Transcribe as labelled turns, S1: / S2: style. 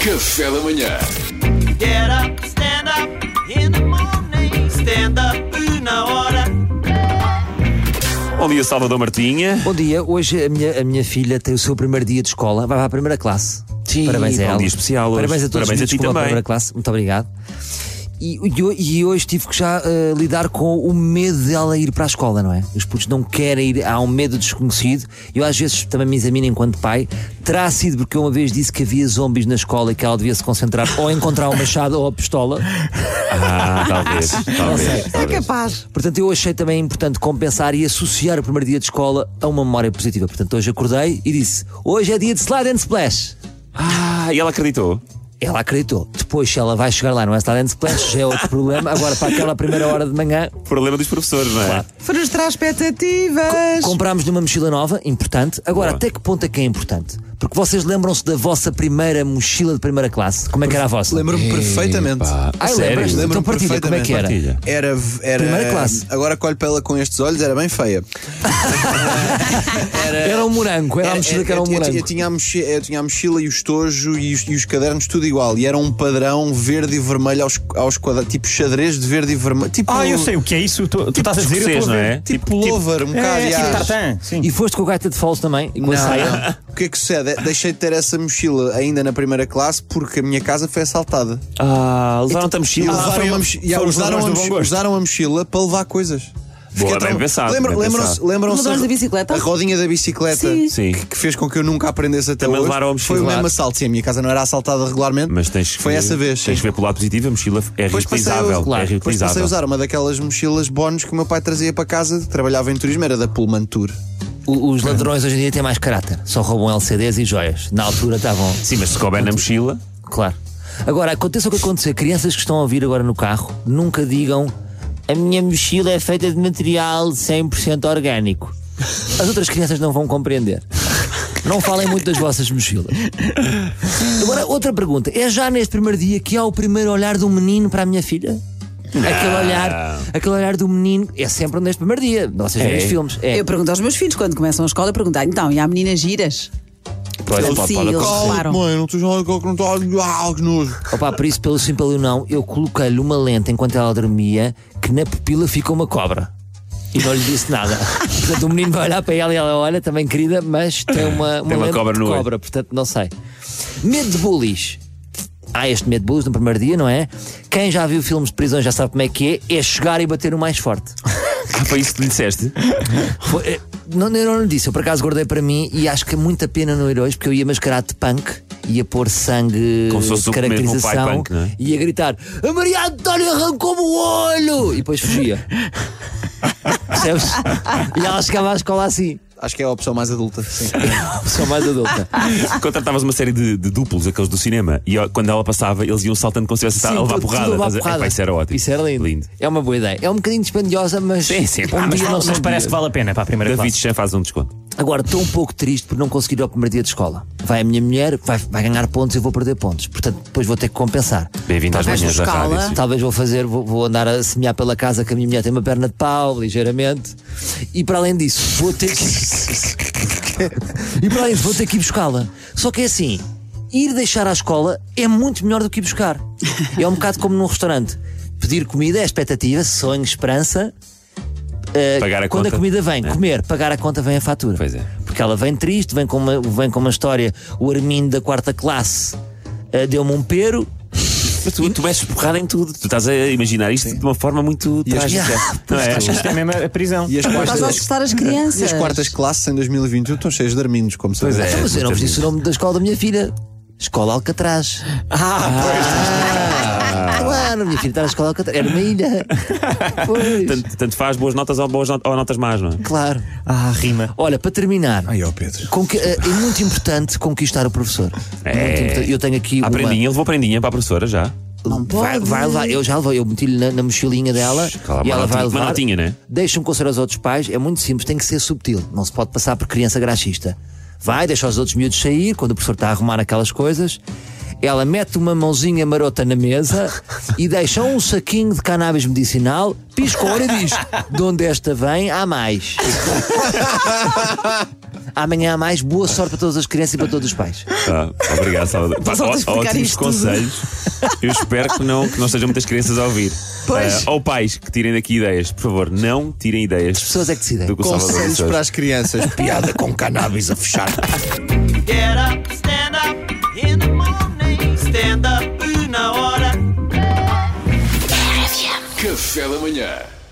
S1: Café da manhã.
S2: Get up, stand up in the morning. Stand up na hora.
S3: Bom dia, Salvador Martinha.
S4: Bom dia, hoje a minha, a minha filha tem o seu primeiro dia de escola, vai para a primeira classe.
S3: Sim,
S4: parabéns a
S3: bom
S4: ela.
S3: dia especial hoje.
S4: Parabéns a todos
S3: Parabéns a
S4: os
S3: ti
S4: que vão para
S3: também.
S4: primeira classe, muito obrigado. E, e ho- e hoje tive que já eh, lidar com o medo dela ir para a escola, não é? Os putos não querem ir, há um medo desconhecido. Eu às vezes também me examino enquanto pai. Terá sido porque eu uma vez disse que havia zombies na escola e que ela devia se concentrar ou a encontrar um machado ou a pistola.
S3: Ah, talvez, talvez. talvez.
S4: capaz. Portanto, eu achei também importante compensar e associar o primeiro dia de escola a uma memória positiva. Portanto, hoje acordei e disse: Hoje é dia de slide and splash.
S3: Ah, e ela acreditou?
S4: Ela acreditou. Depois, se ela vai chegar lá, não é slide and splash, já é outro problema. Agora, para aquela primeira hora de manhã,
S3: Problema dos professores, não é?
S5: Frustrar expectativas.
S4: comprámos numa mochila nova, importante. Agora,
S3: Boa.
S4: até que ponto é que é importante? Porque vocês lembram-se da vossa primeira mochila de primeira classe? Como é que era a vossa?
S6: Lembro-me perfeitamente.
S4: Ai,
S3: Sério?
S4: lembras? Então
S6: Lembro-me
S4: partilha, como é que era?
S3: Partilha.
S6: Era, era.
S4: Primeira classe.
S6: Agora colho para ela com estes olhos, era bem feia.
S4: Era um morango, era a mochila que era um
S6: eu, eu, eu,
S4: morango.
S6: É, tinha a mochi- eu tinha a mochila e o estojo e os, e os cadernos tudo igual. E era um padrão verde e vermelho aos, aos quadrados, tipo xadrez de verde e vermelho. Tipo,
S7: Ah, eu sei o que é isso. Tu, tu estás a dizer, eu
S3: escocês,
S7: estou a
S3: Tipo não
S7: ver.
S3: é?
S6: Tipo, pullover, um bocado.
S7: é,
S6: e
S7: tipo
S6: as-
S7: tartan. Sim.
S4: E foste com a gaita de falso também? E com a saia?
S6: O que é que sucede? Deixei de ter essa mochila ainda na primeira classe porque a minha casa foi assaltada.
S3: Ah, um- levaram-te a
S6: E
S3: mochila.
S6: tipo, levaram, a, mochi- e
S7: foram os
S6: usaram, a
S7: ladrões do
S6: mochi-
S7: bom gosto.
S6: usaram a mochila para levar coisas. Fiquei
S3: bem
S6: trauma-
S3: pensado,
S6: Lembra-
S3: bem
S6: Lembram-se
S3: pensado.
S6: lembram-se
S5: Os ladrões da bicicleta?
S6: A rodinha da bicicleta
S5: Sim.
S3: Sim.
S6: Que, que fez com que eu nunca aprendesse até
S3: Também
S6: hoje.
S3: levaram a mochila.
S6: Foi o mesmo assalto. Sim, a minha casa não era assaltada regularmente.
S3: Mas tens que
S6: Foi
S3: ver,
S6: essa vez.
S3: Tens
S6: sim.
S3: que ver pelo lado positivo, a mochila é
S6: Depois passei, a,
S3: reutilizável.
S6: claro,
S3: é
S6: depois passei a
S3: reutilizável.
S6: usar uma daquelas mochilas bónus que o meu pai trazia para casa, trabalhava em turismo, era da Pullman Tour.
S4: O- Os ladrões hoje em dia têm mais caráter. Só roubam LCDs e joias. Na altura estavam.
S3: Sim, mas se couber na mochila.
S4: Claro. Agora, aconteça o que acontecer, crianças que estão a ouvir agora no carro, nunca digam a minha mochila é feita de material 100% orgânico. As outras crianças não vão compreender. Não falem muito das vossas mochilas. Agora, outra pergunta. É já neste primeiro dia que há o primeiro olhar do menino para a minha filha? Aquele olhar, aquele olhar do menino é sempre neste primeiro dia. Vocês veem
S3: É.
S4: os filmes. É.
S5: Eu pergunto aos meus filhos quando começam a escola, eu pergunto, "Ah, então, e há meninas giras?
S3: Pois,
S5: Sim,
S3: pode- pode
S5: eles
S3: acontecer.
S5: param.
S6: Mãe, não estou a não estou a que nojo.
S4: Opa, por isso, pelo sim, pelo não, eu coloquei-lhe uma lente enquanto ela dormia que na pupila ficou uma cobra. E não lhe disse nada. portanto, o menino vai olhar para ela e ela olha, também querida, mas tem uma, uma,
S3: uma
S4: lente
S3: cobra
S4: de
S3: no olho.
S4: cobra, portanto, não sei. Medo de bullies. Há este medo de bullies no primeiro dia, não é? Quem já viu filmes de prisões já sabe como é que é: é chegar e bater o mais forte.
S3: Ah, foi isso que lhe disseste?
S4: Foi- eh, não, eu não lhe disse, eu por acaso guardei para mim e acho que é muita pena não ir hoje porque eu ia mascarado de punk, ia pôr sangue
S3: Como se fosse
S4: de
S3: o mesmo
S4: caracterização
S3: pai punk, não é?
S4: e ia gritar: A Maria Antónia arrancou-me o olho! E depois fugia. Percebes? E ela chegava à escola assim,
S6: Acho que é a opção mais adulta. Sim.
S4: só mais adulta.
S3: Tá, Contratavas uma série de, de duplos, aqueles do cinema, e ó, quando ela passava, eles iam saltando como se estivesse a
S4: Sim,
S3: levar
S4: Assim, tudo- tudo
S3: porrada.
S4: a levar
S3: estás a-
S4: porrada.
S3: Epá, isso era ótimo.
S4: Isso era lindo.
S3: Lindo.
S4: É uma boa ideia. É um bocadinho dispendiosa, mas.
S3: Sim, sim, pá,
S4: um
S3: mas
S4: dia
S3: não-
S4: não
S7: Mas
S4: se
S7: parece que vale a pena para a primeira
S3: David
S7: classe.
S3: Chan faz um desconto.
S4: Agora, estou um pouco triste por não conseguir ir ao primeiro dia de escola. Vai a minha mulher, vai, vai ganhar pontos e eu vou perder pontos. Portanto, depois vou ter que compensar.
S3: Bem-vindo às
S5: Vais
S3: manhãs da
S5: buscá-la?
S3: rádio. sim.
S4: Talvez vou fazer, vou, vou andar a semear pela casa que a minha mulher tem uma perna de pau, ligeiramente. E para além disso, vou ter que. e para além disso, vou ter que ir buscá-la. Só que é assim: ir deixar à escola é muito melhor do que ir buscar. É um bocado como num restaurante. Pedir comida é expectativa, sonho, esperança. Eh,
S3: Pagar a
S4: quando
S3: conta. É.
S4: a comida vem, comer, pagar a conta, vem a fatura.
S3: Pois é.
S4: Porque ela vem triste, vem com uma, vem com uma história. O Armindo da quarta classe eh, deu-me um pero.
S3: Mas tu, tu és porrada em tudo. Tu estás a imaginar isto de uma forma muito
S6: E as-
S3: trágica. Não é?
S7: Acho que isto é mesmo a prisão.
S6: E as
S5: Estás a
S6: quartas,
S5: assustar as
S6: e
S5: crianças.
S6: as quartas classes em 2021 estão cheias de arminhos, como sabes.
S3: é.
S4: Então, mas eu não vos disse o nome da escola da minha filha. Escola Alcatraz. Ah, claro, minha filha está na escola Alcatraz. Era uma ilha. Pois.
S3: Tanto, tanto faz boas notas ou, boas not- ou notas más, não é?
S4: Claro.
S7: Ah, rima.
S4: Olha, para terminar,
S6: Ai, ó Pedro.
S4: com que- eh, é muito importante conquistar o professor.
S3: É.
S4: Muito importante. Eu tenho aqui
S3: A
S4: uma.
S3: prendinha, levou a prendinha para a professora já.
S4: Não vai, vai levar, eu já levei, eu meti-lhe na, na mochilinha dela
S3: Cala,
S4: e
S3: uma
S4: ela vai
S3: notinha- uma
S4: levar.
S3: notinha, né?
S4: Deixa-me conselho aos outros pais, é muito simples, tem que ser subtil, não se pode passar por criança graxista. Vai, deixa os outros miúdos sair, quando o professor está a arrumar aquelas coisas, ela mete uma mãozinha marota na mesa e deixa um saquinho de cannabis medicinal, pisca a hora e diz: de onde esta vem, há mais. Amanhã há mais. Boa sorte para todas as crianças e para todos os pais.
S3: Ah, obrigado, Salvador. Pá,
S5: Voltaste a explicar
S3: ótimos
S5: isto tudo.
S3: conselhos. Eu espero que não, que não sejam muitas crianças a ouvir.
S5: Pois.
S3: Ah, ou pais que tirem daqui ideias, por favor, não tirem ideias. As
S4: pessoas é que decidem.
S3: Do que o Salvador
S6: Conselhos
S3: disse
S6: para
S3: hoje.
S6: as crianças. Piada com cannabis a fechar.
S2: Get up, stand up in the morning. Stand up, una hora.
S1: Café da manhã.